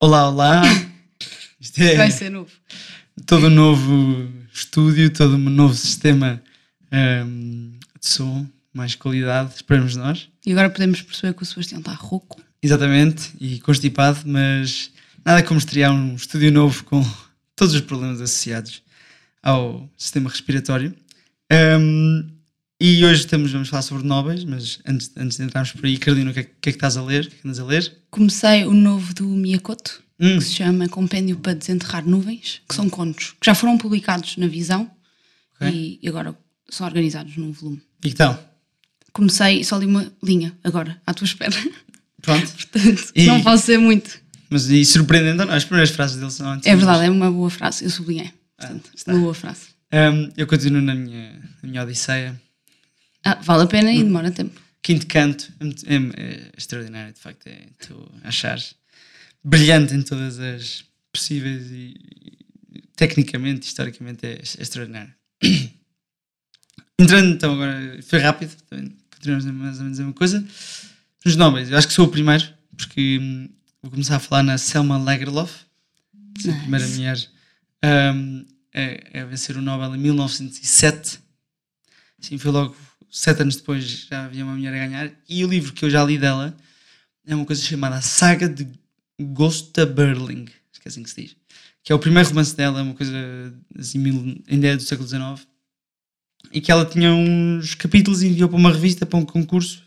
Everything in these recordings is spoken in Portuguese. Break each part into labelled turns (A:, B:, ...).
A: Olá, olá. Isto é
B: Vai ser novo.
A: todo um novo estúdio, todo um novo sistema ahm, de som, mais qualidade, esperamos nós.
B: E agora podemos perceber que o Sebastião está rouco.
A: Exatamente, e constipado, mas nada como estrear um estúdio novo com todos os problemas associados ao sistema respiratório. Ahm, e hoje estamos, vamos falar sobre nobres, mas antes, antes de entrarmos por aí, Carolina, o que é, o que é que estás a ler? O que é que andas a ler?
B: Comecei o novo do Miyakoto,
A: Hum.
B: que se chama Compêndio para Desenterrar Nuvens, que são contos que já foram publicados na Visão
A: Ok.
B: e agora são organizados num volume.
A: E que tal?
B: Comecei e só li uma linha agora, à tua espera.
A: Pronto.
B: Portanto,
A: E-
B: não posso ser muito.
A: Mas e surpreendendo, não, as primeiras frases dele são antes.
B: É verdade, é uma boa frase. Eu sublinhei. Portanto,
A: Ah, está.
B: uma boa frase.
A: Ahm, eu continuo na minha, na minha odisseia.
B: Ah, vale a pena
A: Hum.
B: e demora tempo.
A: Quinto canto é, muito- é- é extraordinário, de facto. É, tu achar brilhante em todas as possíveis e, e tecnicamente, historicamente, é, ex- extraordinário. Entrando então agora, foi rápido, também continuamos a mais ou menos a mesma coisa. Os nobres, eu acho que sou o primeiro, porque hum, vou começar a falar na Selma Lagerlof, a primeira
B: Nice.
A: mulher hum, a, a vencer o Nobel em 1907. Sim, foi logo sete anos depois já havia uma mulher a ganhar. E o livro que eu já li dela é uma coisa chamada A Saga de Gosta Berling, acho que é assim que se diz. Que é o primeiro romance dela, é uma coisa assim, mil- ainda é do século XIX. E que ela tinha uns capítulos e enviou para uma revista, para um concurso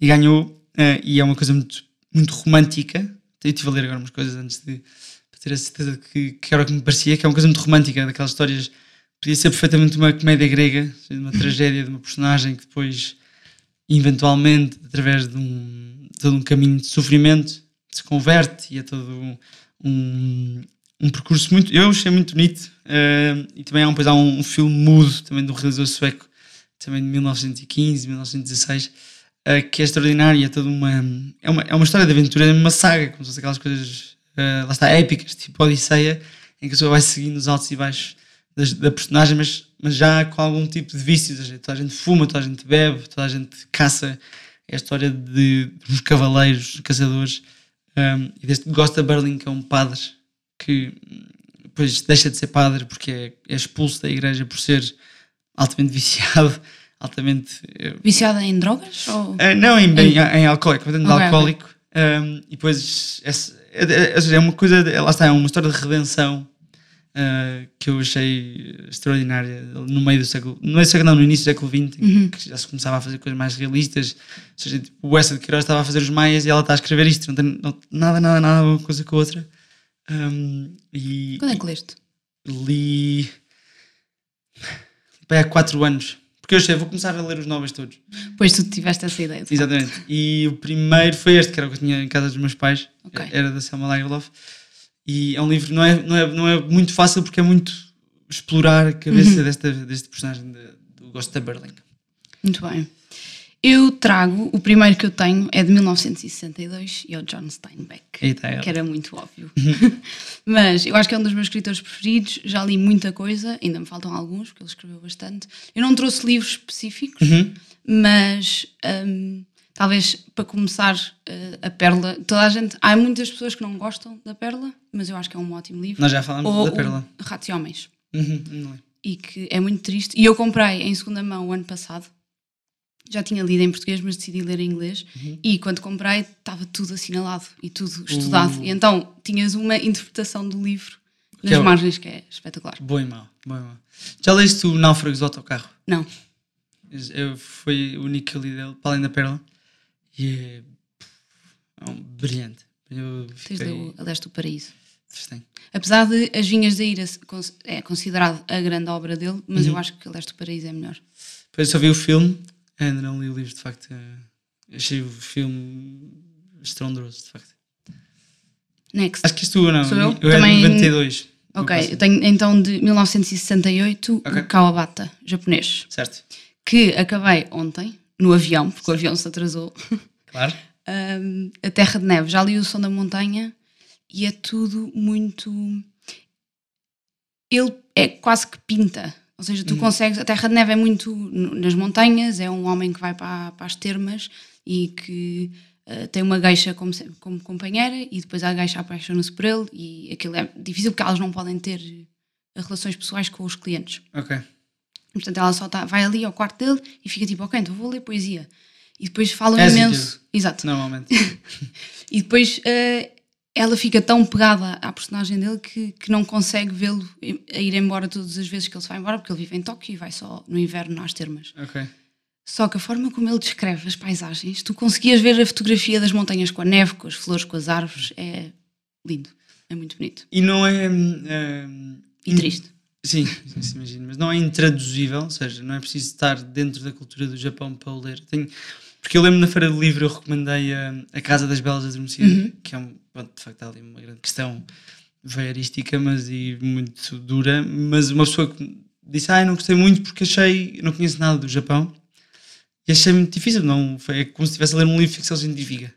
A: e ganhou. eh, e é uma coisa muito, muito romântica. Eu estive a ler agora umas coisas antes de para ter a certeza de que, que era o que me parecia, que é uma coisa muito romântica, daquelas histórias. Podia ser perfeitamente uma comédia grega, uma Uhum. tragédia de uma personagem que depois eventualmente, através de um, todo um caminho de sofrimento, se converte e é todo um, um, um percurso muito. Eu achei muito bonito. eh, e também há, um, depois há um, um filme mudo, também de um realizador sueco, também de 1915, 1916, eh, que é extraordinário. e É toda uma. É uma, é uma história de aventura, é uma saga, como se fosse aquelas coisas. eh, lá está, épicas, tipo Odisseia, em que a pessoa vai seguindo os altos e baixos das- da personagem, mas, mas já com algum tipo de vícios. ou seja, Toda a gente fuma, toda a gente bebe, toda a gente caça. É a história de, dos cavaleiros, caçadores. hum, e deste Gosta Berlim, que é um padre que hum, depois deixa de ser padre porque é, é expulso da igreja por ser altamente viciado, altamente. eh,
B: Viciada em drogas? Ou...
A: ah, não, em, bem, em alcoólico, portanto,
B: Ok,
A: alcoólico. Um, e depois, é, é, é, ou seja, é uma coisa, de- lá está, é uma história de redenção ah, que eu achei extraordinária no meio do século, no meio do século, não, no início do século XX,
B: Uhum.
A: que já se começava a fazer coisas mais realistas. Ou seja, tipo, o Wessa de Queiroz estava a fazer os maias e ela está a escrever isto, não tem não- nada, nada, nada uma coisa com a outra. Um, e
B: Quando é que leste?
A: li. Bem, há 4 anos. Porque eu achei, vou começar a ler os novos todos.
B: Pois tu tiveste essa ideia. de facto.
A: Exatamente. E o primeiro foi este, que era o que eu tinha em casa dos meus pais.
B: Ok.
A: Era da Selma Lagerlof. E é um livro, não é, não é, não é muito fácil porque é muito explorar a
B: Uhum.
A: cabeça desta, deste personagem de- do Gosto da Berling.
B: Muito bem. Eu trago, o primeiro que eu tenho é de 1962 e é o John Steinbeck.
A: Aí está é ela.
B: que era muito óbvio. Mas eu acho que é um dos meus escritores preferidos, já li muita coisa, ainda me faltam alguns, porque ele escreveu bastante. Eu não trouxe livros específicos,
A: Uhum.
B: mas hum, talvez para começar eh, a Perla, toda a gente, há muitas pessoas que não gostam da Perla, mas eu acho que é um ótimo livro.
A: Nós já falámos
B: Ou
A: da Perla.
B: O Ratos e Homens,
A: Uhum, não é?
B: e que é muito triste. E eu comprei em segunda mão o ano passado. Já tinha lido em português, mas decidi ler em inglês.
A: Uhum.
B: E quando comprei, estava tudo assinalado e tudo estudado. E então tinhas uma interpretação do livro nas
A: Hum. é o-
B: margens, que é espetacular.
A: Bom e mau, bom e mau. Já leste o Náufragos do Autocarro?
B: Não,
A: Eu, foi o único que eu li dele, para além da Perla. E é, é um brilhante. Eu
B: tens
A: fiquei...
B: de ler o A Leste do Paraíso.
A: Festei.
B: Apesar de As Vinhas da Ira se con- é considerado a grande obra dele, mas
A: Uhum.
B: eu acho que A Leste do Paraíso é melhor.
A: Depois eu só vi o filme, ainda não li o livro, de facto. eh, Achei o filme estrondoso, de facto.
B: Next.
A: Acho que és tu, não?
B: Sou eu?
A: era
B: Também-
A: 92. não
B: Ok,
A: posso.
B: eu tenho então de 1968
A: Ok.
B: o Kawabata, japonês.
A: Certo,
B: que acabei ontem no avião, porque o avião se atrasou.
A: claro.
B: Um, a Terra de Neve, já li o Som da Montanha e é tudo muito. Ele é quase que pinta. Ou seja, tu consegues. A Terra de Neve é muito n- nas montanhas, é um homem que vai para, para as termas e que eh, tem uma gaixa como, se- como companheira e depois a gaixa apaixona-se por ele e aquilo é difícil porque elas não podem ter relações pessoais com os clientes.
A: Ok.
B: Portanto, ela só tá, vai ali ao quarto dele e fica tipo, ok, então vou ler poesia. E depois falam
A: As you
B: imenso. Exato.
A: Normalmente.
B: E depois eh, ela fica tão pegada à personagem dele que, que não consegue vê-lo i- a ir embora todas as vezes que ele se vai embora, porque ele vive em Tóquio e vai só no inverno às termas.
A: Ok.
B: Só que a forma como ele descreve as paisagens, tu conseguias ver a fotografia das montanhas com a neve, com as flores, com as árvores, é lindo, é muito bonito
A: E não é. hum, hum,
B: e
A: in-
B: triste.
A: Sim, isso imagino, mas não é intraduzível, ou seja, não é preciso estar dentro da cultura do Japão para o ler. Tenho- porque eu lembro na Feira do Livro eu recomendei a, a Casa das Belas Adormecidas, que é um, pronto, de facto há ali uma grande questão voyeurística, mas e muito dura, mas uma pessoa que me disse, ah, eu não gostei muito porque achei, não conheço nada do Japão, e achei muito difícil, não, foi é como se estivesse a ler um livro de ficção científica.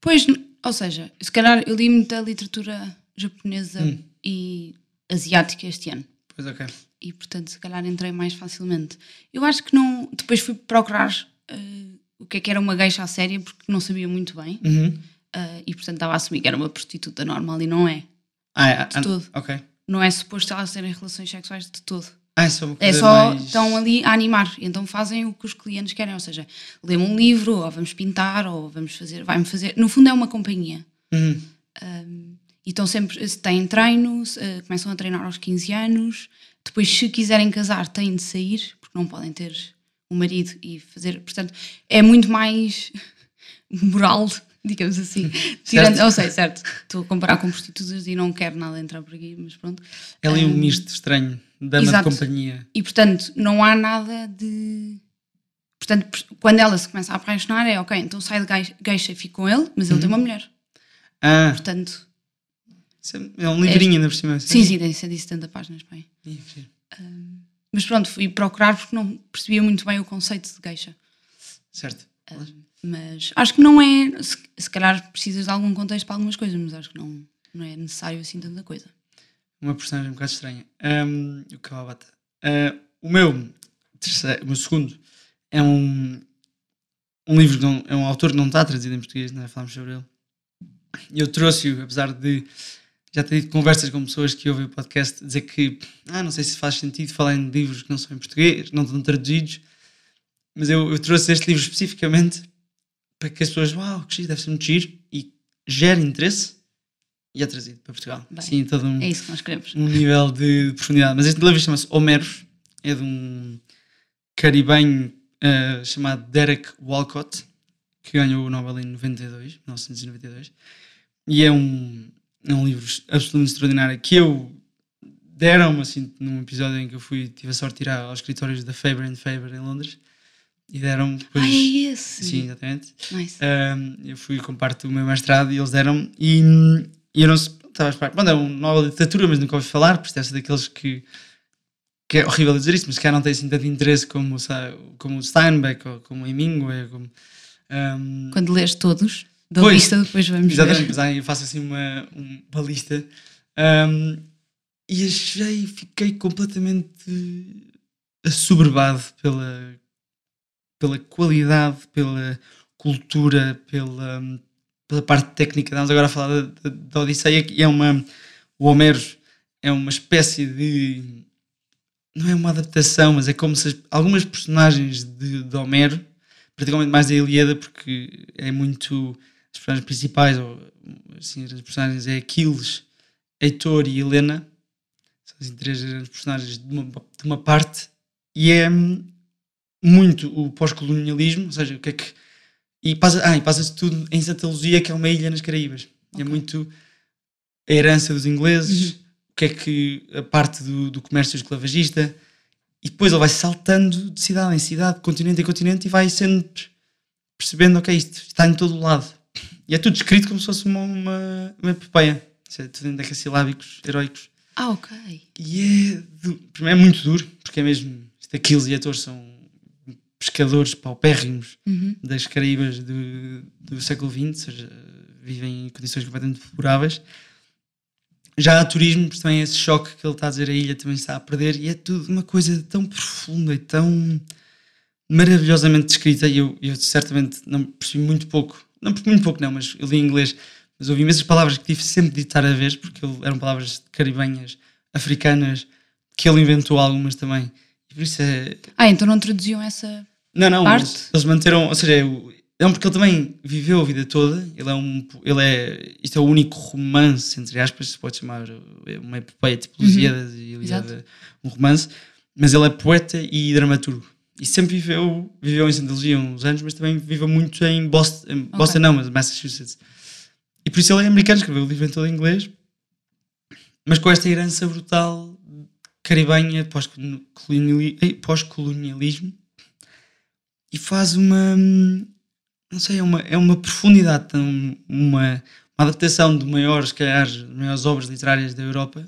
B: Pois, n- ou seja, se calhar eu li muita literatura japonesa e asiática este ano.
A: Pois ok,
B: e portanto se calhar entrei mais facilmente. Eu acho que não. Depois fui procurar eh, o que é que era uma geisha a séria porque não sabia muito bem
A: Uhum.
B: eh, e portanto estava a assumir que era uma prostituta normal e não é.
A: ah, é, ah,
B: todo.
A: ok,
B: Não é suposto elas terem relações sexuais de todo.
A: ah, é só uma
B: É
A: coisa
B: só
A: mais...
B: estão ali a animar, então fazem o que os clientes querem, ou seja, lêem um livro, ou vamos pintar, ou vamos fazer, vai-me fazer. No fundo é uma companhia.
A: Uhum.
B: E estão sempre, se têm treinos, eh, começam a treinar aos 15 anos, depois se quiserem casar têm de sair, porque não podem ter um marido e fazer, portanto, é muito mais moral, digamos assim. Tirando, ou sei, certo, estou a comparar com prostitutas e não quero nada entrar por aqui, mas pronto.
A: É ali um misto estranho, dama
B: exato.
A: de companhia.
B: E portanto, não há nada de. Portanto, por- quando ela se começa a apaixonar, é ok, então sai de gai- geisha e fico com ele, mas ele tem
A: Uhum.
B: uma mulher.
A: Ah,
B: Portanto,
A: isso é- é um livrinho ainda por cima.
B: sim, sim, tem 170 páginas, bem.
A: Ih, giro.
B: é? Mas pronto, fui procurar porque não percebia muito bem o conceito de geisha.
A: Certo.
B: Ah. Mas acho que não é. Se, se calhar precisas de algum contexto para algumas coisas, mas acho que não, não é necessário assim tanta coisa.
A: Uma personagem um bocado estranha. Ahm, o Kawabata. Ah, o meu terceiro, o meu segundo é um, um livro, que não, é um autor que não está traduzido em português, não é? falámos sobre ele. Eu trouxe-o, apesar de já ter tido conversas com pessoas que ouvem o podcast, dizer que ah, não sei se faz sentido falar em livros que não são em português, não estão traduzidos, mas eu, eu trouxe este livro especificamente para que as pessoas, uau, que giro, deve ser muito giro, e gere interesse e é trazido para Portugal.
B: Bem,
A: Sim, todo um,
B: É isso que nós queremos.
A: um nível de profundidade. Mas este livro chama-se Homeros, é de um caribenho eh, chamado Derek Walcott, que ganhou o Nobel em 92, 1992. E é um, é um livro absolutamente extraordinário que eu deram-me assim num episódio em que eu fui, tive a sorte de ir aos escritórios da Faber and Faber em Londres e deram-me depois.
B: Ah, é esse!
A: Sim, exatamente.
B: Nice.
A: Um, eu fui com parte do meu mestrado e eles deram e, e eu não se- estava a esperar. Bom, é um novel de literatura, mas nunca ouvi falar, por isso deve ser daqueles que, que é horrível dizer isso, mas que não tem assim tanto interesse como, o Sa- como o Steinbeck ou como o Hemingway. ou Como, um,
B: Quando lês todos, da
A: Pois.
B: lista, depois vamos
A: Exatamente,
B: ver.
A: mas aí eu faço assim uma, um- uma lista. Um, e achei, fiquei completamente assoberbado pela, pela qualidade, pela cultura, pela, pela parte técnica. Estamos agora a falar da, da, da Odisseia, que é uma. O Homero é uma espécie de. Não é uma adaptação, mas é como se as- algumas personagens de, de Homero, particularmente mais da Ilíada, porque é muito as personagens principais, ou assim, as personagens é Aquiles, Heitor e Helena. São assim, três grandes personagens de uma, de uma parte. E é hum, muito o pós-colonialismo, ou seja, o que é que. E passa, ah, e passa-se tudo em Santa Luzia, que é uma ilha nas Caraíbas. E É
B: Ok.
A: muito a herança dos ingleses, o que é que a parte do, do comércio esclavagista. E depois ele vai saltando de cidade em cidade, de continente em continente, e vai sempre percebendo, ok, isto está em todo o lado. E é tudo escrito como se fosse uma, uma, uma epopeia. Isso é tudo em decassilábicos, heróicos.
B: Ah, ok.
A: é E é, du- primeiro é muito duro, porque é mesmo. Isto Aquiles e atores são pescadores paupérrimos das Caraíbas do, do século XX, ou seja, vivem em condições completamente deploráveis. Já há turismo, mas também esse choque que ele está a dizer, a ilha também está a perder, e é tudo uma coisa tão profunda e tão maravilhosamente descrita. E Eu, eu certamente não percebi muito pouco, não muito pouco, não, mas eu li em inglês, mas ouvi imensas palavras que tive sempre de estar a ver, porque ele- eram palavras caribenhas, africanas, que ele inventou algumas também. E por isso é,
B: Ah, então não traduziam essa.
A: não, não,
B: Parte.
A: eles, eles manteram, ou seja, é o- não porque ele também viveu a vida toda, ele é um, ele é, isto é o único romance, entre aspas, se pode chamar é uma epopeia, tipo Lusíadas e Ilíada,
B: Exato.
A: um romance, mas ele é poeta e dramaturgo. E sempre viveu, viveu em Santa Luzia uns anos, mas também viveu muito em Boston, em Boston não, mas Massachusetts. E por isso ele é americano, escreveu o livro em todo inglês, mas com esta herança brutal caribenha, pós-coloniali- ei, pós-colonialismo, e faz uma não sei, é uma, é uma profundidade, tão- uma, uma adaptação de maiores, se calhar, de maiores obras literárias da Europa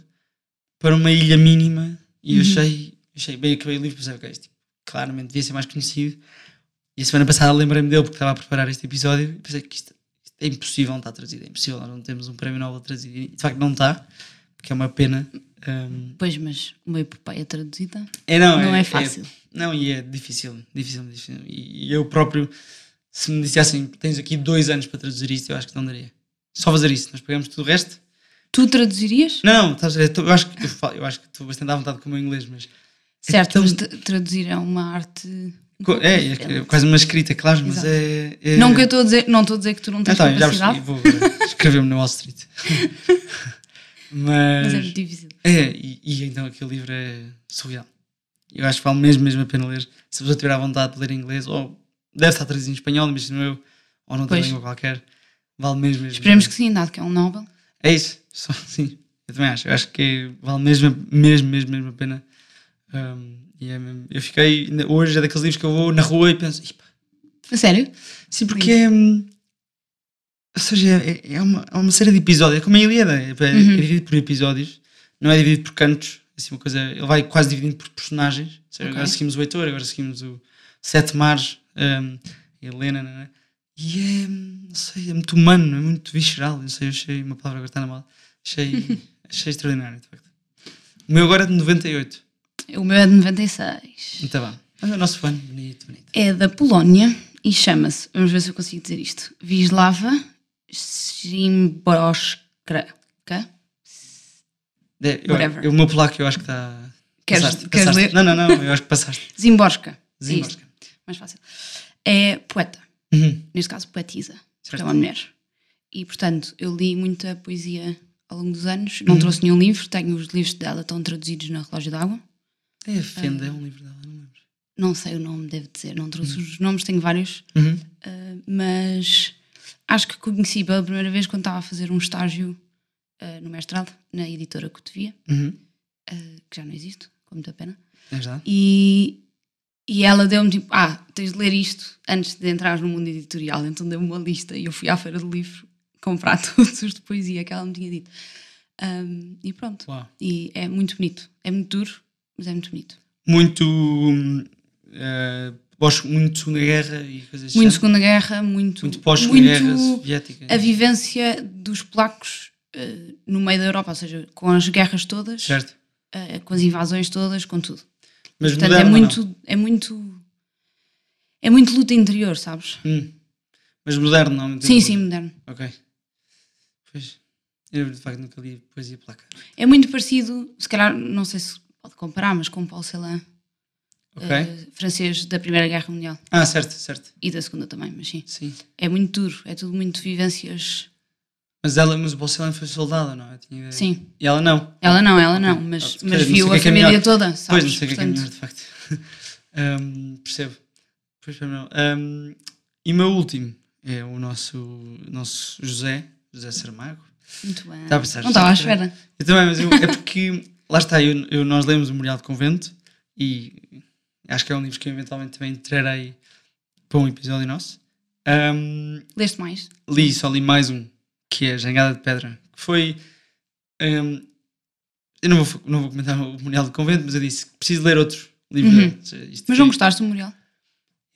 A: para uma ilha mínima e
B: Uhum.
A: eu achei, achei bem, acabei o livro e pensei, ok, isto claramente devia ser mais conhecido e a semana passada lembrei-me dele porque estava a preparar este episódio e pensei que isto, isto é impossível não estar trazido, é impossível, nós não temos um prémio Nobel trazido e de facto não está, porque é uma pena Ahm,
B: Pois, mas uma epopeia traduzida.
A: é, não,
B: Não é fácil.
A: não, e é difícil, difícil, difícil. E eu próprio, se me dissessem, tens aqui dois anos para traduzir isto, eu acho que não daria. Só fazer isso, nós pegamos tudo o resto.
B: Tu traduzirias?
A: Não, não, estás a ver, eu tô- eu acho que eu, falo- eu acho que estou bastante à vontade com o meu inglês, mas
B: Certo,
A: tão-
B: mas tra- traduzir é uma arte. um
A: co-
B: pouco
A: é, é,
B: diferente.
A: é quase uma escrita, claro, mas
B: Exato.
A: é, é-
B: Não que eu estou a dizer, não estou a dizer que tu não
A: Então, já
B: tens capacidade,
A: percebi, vou agora escrever-me no Wall Street.
B: mas é muito difícil.
A: É, e, e então aquele livro é surreal. Eu acho que vale mesmo, mesmo a pena ler. Se a pessoa tiver à vontade de ler em inglês, ou deve estar traduzido em espanhol, mas não eu, ou noutra
B: Pois.
A: língua qualquer, vale mesmo, mesmo.
B: Esperemos que sim, dado que é um Nobel.
A: É isso, só, sim, eu também acho. Eu acho que vale mesmo, mesmo, mesmo, mesmo a pena. Hum, e é mesmo- Eu fiquei, ainda hoje é daqueles livros que eu vou na rua e penso, "Ih, pá,
B: A sério?
A: Sim, porque é. hum, Ou seja, é, é uma, é uma série de episódios. É como a Ilíada. É, é dividido por episódios, não é dividido por cantos. Assim, uma coisa, ele vai quase dividindo por personagens. Ou seja,
B: Ok.
A: Agora seguimos o Heitor, agora seguimos o Sete Mares, hum, a Helena, não é? E é. hum, Não sei, é muito humano, é muito visceral. Não sei, eu achei. Uma palavra agora está na moda. Achei, achei extraordinário, de facto. O meu agora é de 98.
B: O meu é de 96.
A: Muito bem. Mas é o nosso fã. Bonito, bonito.
B: É da Polónia e chama-se, vamos ver se eu consigo dizer isto, Wisława Szymborska.
A: É, eu-
B: Whatever.
A: eu- o meu polaco eu acho que está.
B: Queres-
A: passaste,
B: queres
A: passaste.
B: ler?
A: Não, não, não, eu acho que passaste.
B: Zimborska. É
A: Sim,
B: isto, mais fácil. É poeta.
A: Uhum.
B: Neste caso, poetisa. Porque
A: Certo.
B: é uma mulher. E, portanto, eu li muita poesia ao longo dos anos.
A: Uhum.
B: Não trouxe nenhum livro. Tenho os livros dela, estão traduzidos na Relógio d'Água.
A: É a Fenda, é um livro dela, não lembro.
B: Não sei o nome, devo dizer. Não trouxe os nomes, tenho vários.
A: Uhum.
B: Uh, mas acho que conheci pela primeira vez quando estava a fazer um estágio uh, no mestrado, na editora Cotovia,
A: Uhum.
B: uh, que já não existe, com muita pena.
A: É verdade?
B: E, e ela deu-me tipo: Ah, tens de ler isto antes de entrar no mundo editorial. Então deu-me uma lista e eu fui à feira do livro comprar todos os de poesia que ela me tinha dito. Um, e pronto.
A: Uau.
B: E é muito bonito. É muito duro, mas é muito bonito.
A: Muito. hum, eh, pós- muito Segunda Guerra e coisas
B: Muito
A: assim.
B: Segunda Guerra, muito.
A: Muito pós-Segunda Guerra Soviética.
B: a vivência dos polacos eh, no meio da Europa, ou seja, com as guerras todas,
A: Certo.
B: eh, com as invasões todas, com tudo.
A: Mas
B: Portanto,
A: mudaram
B: é
A: ou não?
B: muito, é muito. É muito luta interior, sabes?
A: Hum. Mas moderno, não? Muito
B: Sim,
A: moderno.
B: sim, moderno.
A: Ok. Pois. Eu de facto nunca li poesia placa.
B: É muito parecido, se calhar, não sei se pode comparar, mas com Paul Celan,
A: Ok?
B: eh, francês da Primeira Guerra Mundial
A: Ah, certo, certo.
B: e da Segunda também, mas sim.
A: Sim.
B: É muito duro, é tudo muito vivências.
A: Mas ela, mas o Bolsonaro foi soldado, não? Eu tinha ideia.
B: Sim.
A: E ela não.
B: Ela não, ela não,
A: Ok. Ah,
B: mas,
A: quer
B: mas
A: dizer, não sei o
B: viu
A: que
B: a
A: é que é
B: família
A: melhor.
B: toda,
A: Pois,
B: sabes?
A: não sei o que é que é
B: Portanto,
A: melhor, de facto. Hum, percebo. Pois, pois não. Hum, e o meu último é o nosso, nosso José, José Sarmago.
B: Muito bem.
A: Estava Tá a pensar,
B: não estava à
A: será que-
B: espera.
A: Eu também, mas eu- é porque, lá está, eu, eu- nós lemos o Memorial de Convento e acho que é um livro que eu eventualmente também trarei para um episódio nosso. Hum,
B: Leste mais?
A: li, só li mais um, que é Jangada de Pedra, que foi. hum, eu não vou, não vou comentar o Memorial do Convento, mas eu disse que preciso ler outro livro.
B: Uhum.
A: dele. Ou seja, isto é foi-
B: Mas não gostaste do Muriel?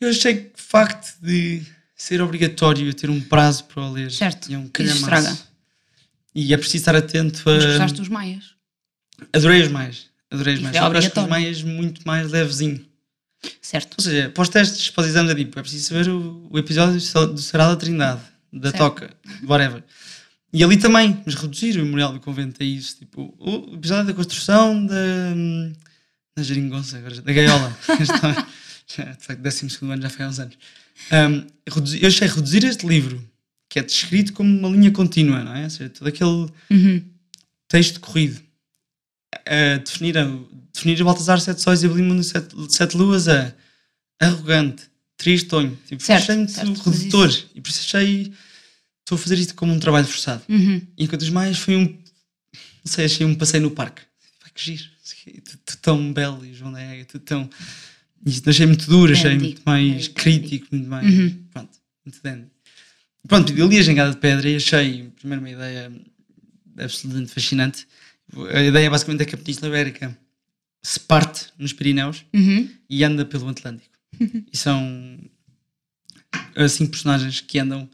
A: Eu achei que o facto de ser obrigatório eu ter um prazo para o ler
B: Certo.
A: é um
B: Isso estraga.
A: calhamaço. E é preciso estar atento
B: Mas
A: a.
B: gostaste dos maias.
A: Adorei os mais. Adorei os
B: Isso
A: mais.
B: é
A: Só que eu acho que os
B: obrigatório.
A: mais muito mais levezinho.
B: Certo.
A: Ou seja, para os testes, para os exames, é tipo, é preciso ver o, o episódio do Sal- do Sarau da Trindade, da
B: Certo.
A: Toca, whatever. E ali também, mas reduzir o Memorial do Convento a isso. Tipo, o episódio da construção da. da Geringonça, agora já- da Gaiola. já, de facto, 12 ano já foi há uns anos. Um, reduzir- eu achei reduzir este livro, que é descrito como uma linha contínua, não é? Ou seja, todo aquele
B: Uhum.
A: texto corrido. A definir, a, definir a Baltasar Sete Sóis e Abelimundo Sete, Sete Luas a arrogante, tristonho. Tipo,
B: Certo,
A: achei muito
B: certo, mas
A: redutor. E por isso achei. Estou a fazer isto como um trabalho forçado.
B: Uhum.
A: Enquanto os mais foi um. Não sei, achei um passeio no parque. Vai que giro. não sei o quê, Tudo tão belo e João da Ega, tudo tão. Isto achei muito duro, achei
B: Dandy,
A: muito mais
B: very dandy.
A: crítico, muito mais.
B: Uhum.
A: Pronto, muito dandy. Pronto, eu li a Gengada de Pedra e achei, primeiro, uma ideia absolutamente fascinante. A ideia basicamente é que a Península Ibérica se parte nos Pirineus
B: Uhum.
A: e anda pelo Atlântico. e são uh, cinco personagens que andam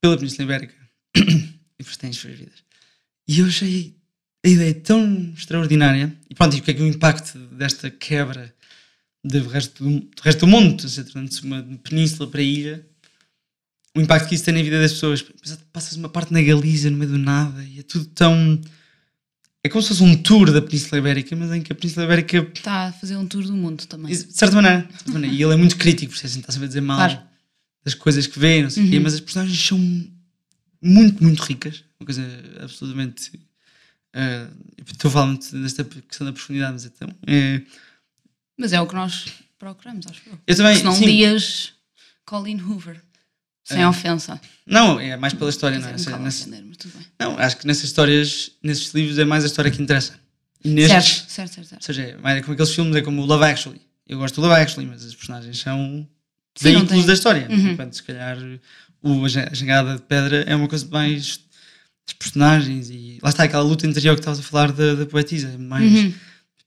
A: pela Península Ibérica e depois têm as suas vidas. E eu achei a ideia tão extraordinária. E pronto, e o que é que o impacto desta quebra do resto do, do resto do mundo, ou seja, tornando-se uma península para ilha, o impacto que isso tem na vida das pessoas. Apesar de passas uma parte na Galiza, no meio do nada, e é tudo tão. É como se fosse um tour da Península Ibérica, mas em que a Península Ibérica
B: Está a fazer um tour do mundo também.
A: Ex- De certa maneira. de certa maneira. E ele é muito crítico, por isso assim, está sempre a dizer mal
B: Claro. Uhum.
A: das coisas que vê, não sei o quê, mas as personagens são muito, muito ricas. Uma coisa absolutamente. eh, eu estou a falar muito desta questão da profundidade, mas então. eh,
B: Mas é o que nós procuramos, acho eu.
A: eu também.
B: Se não
A: sim,
B: lias Colin Hoover. Sem ofensa.
A: Não, é mais pela história,
B: Quer
A: não é?
B: dizer,
A: Ou seja,
B: um bocado a
A: nesse-
B: ofender, mas tudo bem.
A: não, acho que nessas histórias, nesses livros, é mais a história que interessa. E nestes,
B: Certo, certo, certo.
A: Ou
B: certo.
A: seja, é mais como aqueles filmes, é como o Love Actually. Eu gosto do Love Actually, mas as personagens são
B: Sim, não
A: veículos
B: tem-
A: da história.
B: Uhum.
A: Enquanto se calhar o, a gen- a jangada de pedra é uma coisa mais as personagens e lá está aquela luta interior que estavas a falar da, da poetisa, é mais
B: Uhum.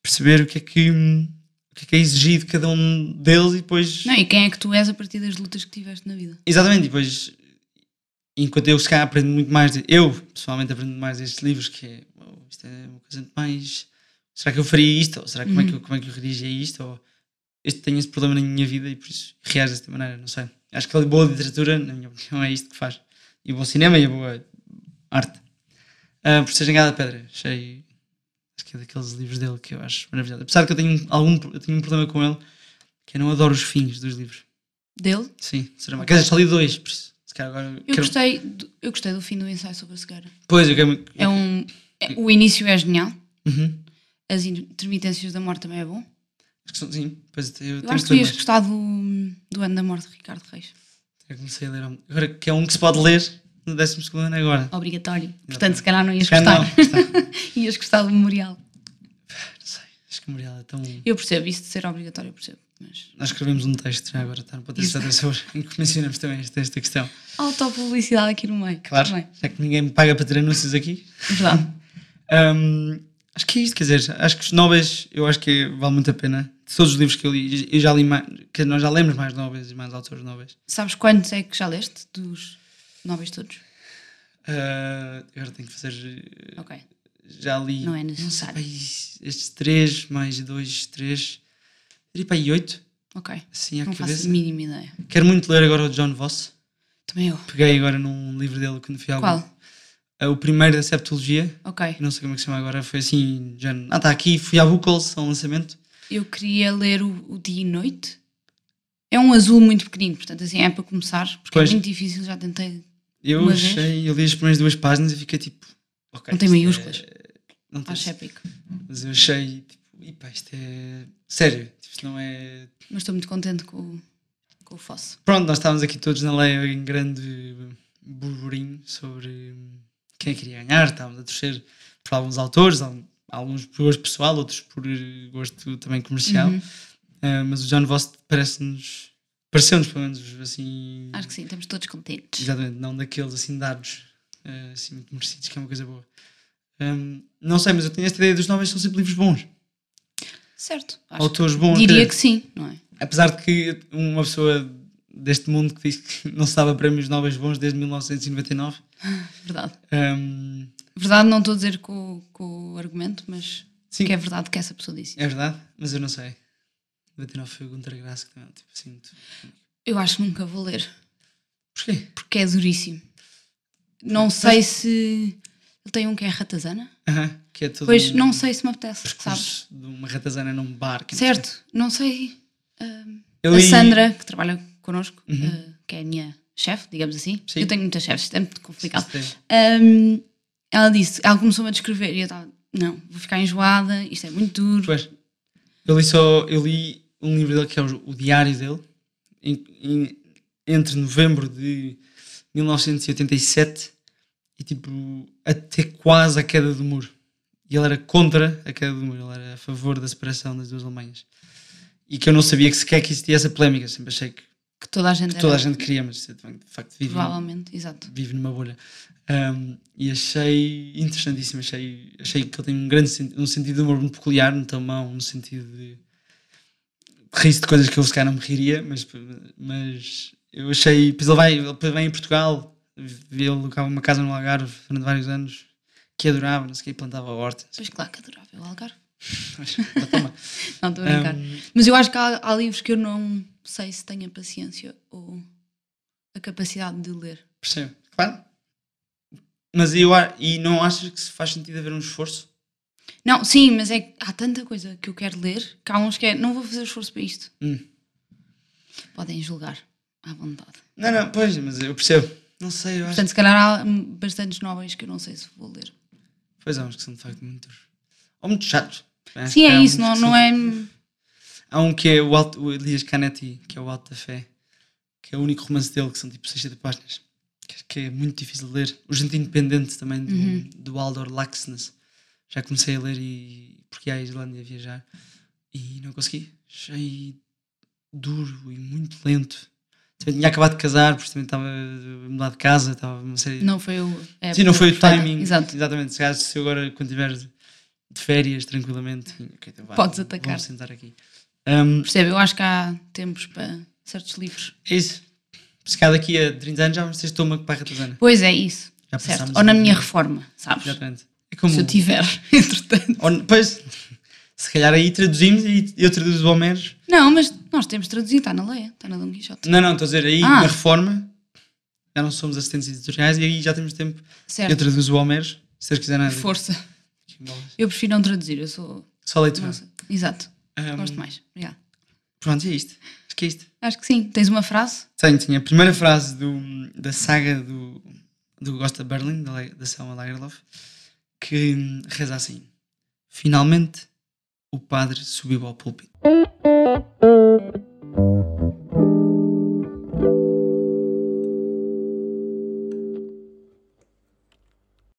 A: perceber o que é que hum, o que é que é exigido de cada um deles e depois
B: Não, e quem é que tu és a partir das lutas que tiveste na vida?
A: Exatamente, e depois, enquanto eu se calhar aprendo muito mais, de- eu pessoalmente aprendo mais destes livros, que é, "Uau, isto é uma coisa muito mais, será que eu faria isto? Ou será que como, é que eu, como é que eu reagia a isto? Ou este tenho este problema na minha vida e por isso reage desta maneira, não sei. Acho que a boa literatura, na minha opinião, é isto que faz. E o bom cinema e a boa arte. Ah, por ser Jangada de Pedra, achei, acho que é daqueles livros dele que eu acho maravilhoso. Apesar de que eu tenho, um- algum, eu tenho um problema com ele, que eu não adoro os fins dos livros.
B: Dele?
A: Sim, Saramago. Quer dizer, só li dois, por isso. Se calhar agora.
B: Eu,
A: quero-
B: gostei do, eu gostei do fim do ensaio sobre a cegueira.
A: Pois, eu quero.
B: É um, é- o início é genial.
A: Uhum.
B: As intermitências da morte também é bom.
A: Acho que são- Sim, pois eu,
B: Eu
A: tenho
B: acho
A: que
B: que
A: ler
B: tu ias
A: mais.
B: gostar do, do ano da morte de Ricardo Reis.
A: Eu comecei a ler. há- Agora, que é um que se pode ler no 12 ano agora.
B: Obrigatório. Portanto, se calhar não ias
A: Se calhar
B: gostar. ias gostar do memorial.
A: Não sei, acho que a Muriel é tão.
B: Eu percebo, isso de ser obrigatório, eu percebo. Mas...
A: Nós escrevemos um texto já agora, tá? para ter
B: Isso.
A: certeza sobre. em que mencionamos também esta, esta questão.
B: Autopublicidade aqui no meio.
A: Claro,
B: Bem,
A: já que ninguém me paga para ter anúncios aqui.
B: verdade.
A: Hum, acho que é isto, quer dizer, acho que os nobres, eu acho que vale muito a pena. De todos os livros que eu li, eu já li mais, que nós já lemos mais nobres e mais autores nobres.
B: Sabes quantos é que já leste dos nobres todos?
A: Ah, agora tenho que fazer
B: Ok.
A: já li.
B: Não é necessário.
A: Não sei, pá, estes três, mais dois, três. Diria para aí oito,
B: Ok.
A: assim à
B: Não faço
A: cabeça.
B: a mínima ideia.
A: Quero muito ler agora o John Voss.
B: Também eu.
A: Peguei agora num livro dele quando fui ao.
B: Qual?
A: É O primeiro da Septologia,
B: Ok.
A: não sei como é que se chama agora, foi assim, já. Ah, está aqui, fui à Buchholz, ao lançamento.
B: Eu queria ler o, o Dia e Noite. É um azul muito pequenino, portanto, assim, é para começar, porque
A: Pois.
B: é muito difícil, já tentei.
A: Eu
B: Uma vez?
A: achei, eu li as primeiras duas páginas e fiquei tipo. ok,
B: Não tem
A: isto é-
B: maiúsculas? Ah,
A: Não tem. assim,
B: Acho épico.
A: Mas eu achei, tipo, epá, isto é. Sério, tipo, isto não é
B: Mas estou muito contente com, o- com o Fosse.
A: Pronto, nós estávamos aqui todos na lei em grande burburinho sobre hum, quem queria ganhar. Estávamos a torcer por alguns autores, al- alguns por gosto pessoal, outros por eh, gosto também comercial.
B: Uhum.
A: Eh, mas o John Voss parece-nos, pareceu-nos pelo menos assim,
B: Acho que sim, estamos todos contentes.
A: exatamente, não daqueles assim dados, eh, assim muito merecidos, que é uma coisa boa. Hum, não sei, mas eu tenho esta ideia dos novos são sempre livros bons,
B: Certo. Acho
A: autores bons.
B: que, diria
A: quer
B: que sim, não é?
A: dizer, Apesar de que uma pessoa deste mundo que diz que não se dava prémios nobres bons desde 1999.
B: Verdade.
A: hum,
B: Verdade, não estou a dizer com, com o argumento, mas
A: Sim.
B: que é verdade que essa pessoa disse.
A: é verdade, mas eu não sei. 99 foi o Gunter Grass que também, tipo assim. tu-
B: Eu acho que nunca vou ler,
A: Porquê?
B: porque é duríssimo. Não sei se. Ele tem um que é ratazana?
A: Aham, Que é todo
B: Pois
A: um
B: não sei se me apetece, sabes?
A: percurso de uma ratazana num bar. que não sei.
B: Certo, não sei. Ahm,
A: Eu
B: a
A: li-
B: Sandra, é que trabalha connosco, ah, que é a minha chefe, digamos assim.
A: Uhum. Sim.
B: Eu tenho muitas chefes, isto é muito complicado.
A: Sim.
B: Ahm, ela disse, ela começou-me a descrever e eu estava, não, vou ficar enjoada, isto é muito duro.
A: Pois. Eu li só, eu li um livro dele que é o, o diário dele, em- em- entre novembro de 1987 e tipo até quase a queda do muro. E ele era contra a queda do muro, ele era a favor da separação das duas Alemanhas. E que eu não sabia que sequer que existia essa polémica, sempre achei que
B: Que toda a gente
A: toda
B: era,
A: a gente queria, mas eu também, de facto vive, é? num-
B: provavelmente, exato.
A: vive numa bolha. Um, e achei interessantíssimo, achei, achei que ele tem um grande sen- um sentido de humor muito peculiar, no mão, no sentido de rir de coisas que eu se calhar não me riria, mas, mas eu achei, pois ele vai, ele depois vem em Portugal, vi- ele alocava uma casa no Algarve durante vários anos, que adorava, não sei o que, plantava horta,
B: Pois claro que adorava o Algarve.
A: não sei o quê, mas, toma.
B: Não, estou a brincar.
A: Um,
B: Mas eu acho que há, há livros que eu não sei se tenho a paciência ou a capacidade de ler.
A: percebo, claro. Mas eu, a- e não achas que se faz sentido haver um esforço?
B: Não, sim, mas é que há tanta coisa que eu quero ler que há uns que é, não vou fazer esforço para isto.
A: Hum.
B: Podem julgar à vontade.
A: Não, não, pois, mas eu percebo. Não sei, eu acho.
B: Portanto, se calhar há hum, bastantes novas que eu não sei se vou ler.
A: Pois é, há uns que são de facto muito. Ou muito chatos. Acho
B: Sim,
A: que
B: é
A: há uns
B: isso, não,
A: que
B: não
A: são-
B: é.
A: Há um que é o, Alto, o Elias Canetti, que é o Alto da Fé, que é o único romance dele, que são tipo 60 páginas, que acho que é muito difícil de ler. O Gente Independente também, do,
B: Uhum.
A: do Aldor Laxness. Já comecei a ler e porque ia à Islândia viajar e não consegui. Achei duro e muito lento. Também tinha acabado de casar, porque também estava a mudar de casa, estava uma série
B: Não foi o. é,
A: Sim, não foi o
B: perfeita.
A: timing.
B: Exato.
A: Exatamente. Se calhar, se eu agora, quando tiver de de férias, tranquilamente, ok, então vá,
B: Podes
A: vou-
B: atacar.
A: Vou sentar aqui. Ahm,
B: Percebe? Eu acho que há tempos para certos livros.
A: é isso. Se calhar daqui a 30 anos já vamos ter estômago para a ratazana.
B: Pois é, isso.
A: Já
B: certo.
A: passámos um
B: Ou na
A: a-
B: minha reforma, sabes?
A: Exatamente. É como.
B: Se eu tiver, entretanto.
A: ou- pois, se calhar aí traduzimos e eu traduzo o Homeros.
B: Não, mas nós temos traduzido, está na lei, está na Dom Quixote.
A: Não, não, estou a dizer, aí
B: Ah.
A: na reforma já não somos assistentes editoriais e aí já temos tempo. Hum. Eu
B: Certo.
A: traduzo o Homeros. Se vocês quiserem. nada.
B: Força.
A: Que bolas.
B: Eu prefiro não traduzir, eu sou.
A: Só leitura.
B: não sei. Exato.
A: Ahm,
B: Gosto mais. Obrigada.
A: Pronto, é isto. Acho que é isto.
B: Acho que sim. Tens uma frase?
A: Tenho, tinha a primeira frase do- da saga do, do Gosta Berlin, da, Le- da Selma Lagerlof, que hum, reza assim: Finalmente o padre subiu ao púlpito.